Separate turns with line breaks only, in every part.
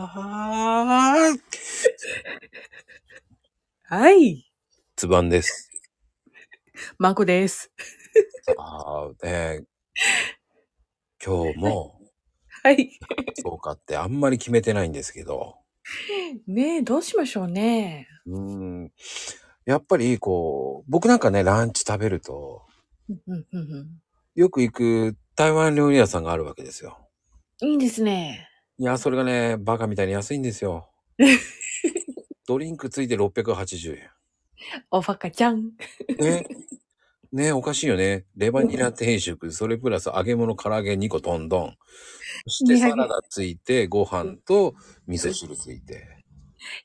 はー、
はい。
つばんです。
まこです。
あーね今日も、
はい。
そうかってあんまり決めてないんですけど、
ねえ、どうしましょうね。
うーん、やっぱりこう、僕なんかね、ランチ食べると、
うんうんうん
よく行く台湾料理屋さんがあるわけですよ。
うんいいですね。
いや、それがね、バカみたいに安いんですよ。ドリンクついて680円。
おファカちゃん。
ね。ねおかしいよね。レバニラ定食、それプラス揚げ物、唐揚げ2個どんどん。そして
値上げ
サラダついて、ご飯と味噌汁ついて。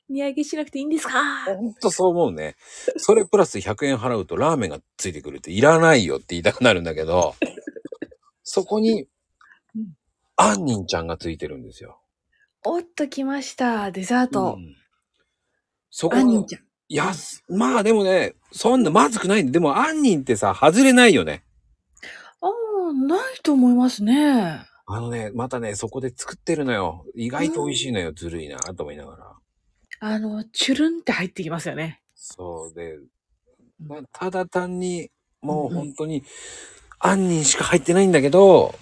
値上げしなくていいんですか
ほんとそう思うね。それプラス100円払うとラーメンがついてくるっていらないよって言いたくなるんだけど、そこに
うん、
杏仁ちゃんがついてるんですよ。
おっと、来ました。デザー
う
ト。
んそこ
あに
の
んちゃん。
いや、まあでもね、そんなまずくないんで、でも杏仁ってさ、外れないよね。
ああ、ないと思いますね。
あのね、またね、そこで作ってるのよ。意外と美味しいのよ。ずるいな、と思いながら。
あの、チュルンって入ってきますよね。
そうで、
うん
まあただ単に、もう
うんうん
本当に、杏仁しか入ってないんだけど、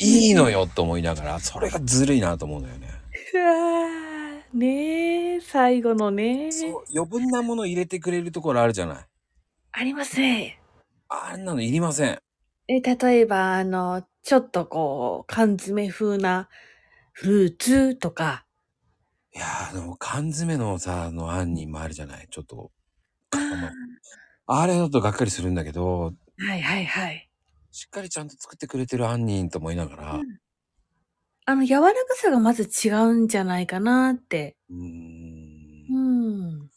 いいの
よ。
よと思いながら、それがずるいなと思うのよね。
うわーねえ、最後のね。
そう、余分なもの入れてくれるところあるじゃない。
ありますね。
あんなのいりません。
え、例えば、あの、ちょっとこう、缶詰風なフルーツとか。
いやー、でも缶詰のさ、あの杏仁もあるじゃない。ちょっと、
あ
あれだとがっかりするんだけど、
ーはいはいはい。
しっかりちゃんと作ってくれてる杏仁と思いながら、
うんあの、柔らかさがまず違うんじゃないかなって。
うーん
うん。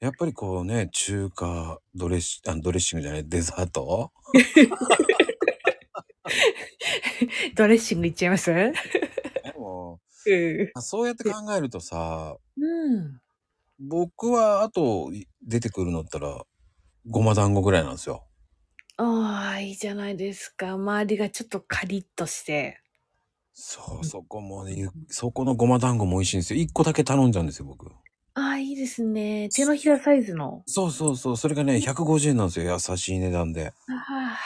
やっぱりこうね、中華ドレッシあドレッシングじゃない、デザート
ドレッシングいっちゃいますう
でも
ん。
あそうやって考えるとさ、
うん。
僕はあとい出てくるのったら、ごま団子ぐらいなんですよ。
ああ、いいじゃないですか。周りがちょっとカリッとして。
そうう、
ん
そこもね、ゆそこのごま団子も美味しいんですよ。1個だけ頼んじゃうんですよ、僕。
ああ、いいですね。手のひらサイズの。
そうそうそう、それがね、150円なんですよ。優しい値段で。
ああ。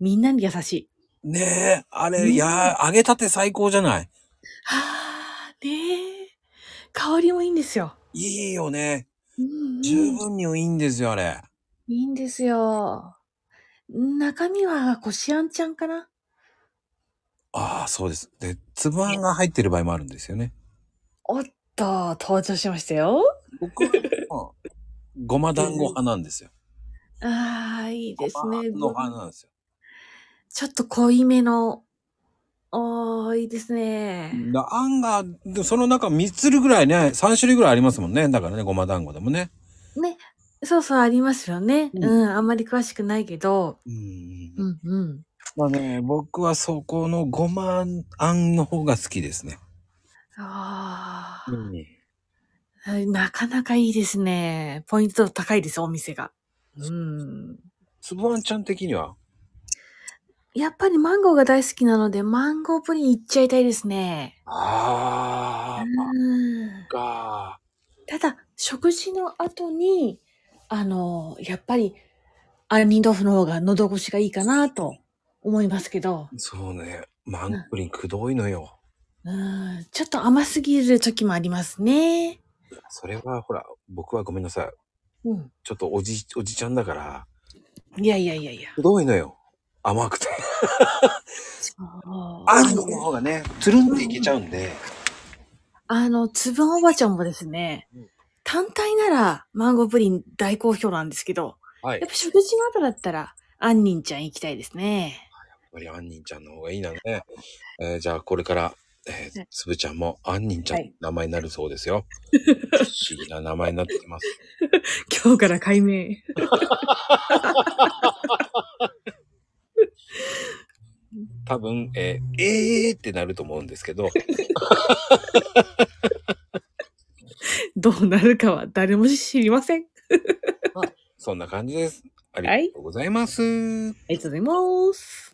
みんなに優しい。
ねえ、あ
う
れ、
ん
いやー、揚げたて最高じゃない
ああ、ねえ。香りもいいんですよ。
いいよね。
うんうん
十分にいいんですよ、あれ。
いいんですよ。中身はこしあんちゃんかな
ああ、そうです。で、つぶあんが入ってる場合もあるんですよね。
おっと、登場しましたよ。
僕は、まあごま団子派なんですよ。
ああ、いいですね。
ごまの派なんですよ。
ちょっと濃いめの。おー、いいですね。
だあんが、でその中3つぐらいね、3種類ぐらいありますもんね。だからね、ごま団子でもね。
ね。そうそう、ありますよね。
うん
うん、あんまり詳しくないけど。
うん
うんうん。
まあね、僕はそこのごまあんの方が好きですね。
ああ、なかなかいいですね。ポイント高いです、お店が。うん。
つぶあんちゃん的には
やっぱりマンゴーが大好きなので、マンゴープリンいっちゃいたいですね。
ああ、ま
うん
あか。
ただ、食事の後に、あの、やっぱり、杏仁豆腐の方が喉越しがいいかなと思いますけど、
そうね、マンゴープリンくどいのよ。
うん、ちょっと甘すぎる時もありますね。
それはほら、僕はごめんなさい。
うん。
ちょっとおじ、おじちゃんだから、
いやいやいやいや。
くどいのよ。甘くて。
あ
あんの方がね、つるんっていけちゃうんで。
あの、つぶんおばちゃんもですね
うん、
単体ならマンゴープリン大好評なんですけど、
はい。
や
やっ
っぱ食事の後だったら、杏仁ちゃん行きたいですね。
ぱり杏仁ちゃんの方がいいなね。えーじゃあこれから、えーつぶちゃんも杏仁ちゃんの名前になるそうです よ。不思議な名前になってきます。
今日から解明。
多分、えー、えーってなると思うんですけど、
どうなるかは誰も知りません。
そんな感じです。ありがとうございます。
ありがとうございます。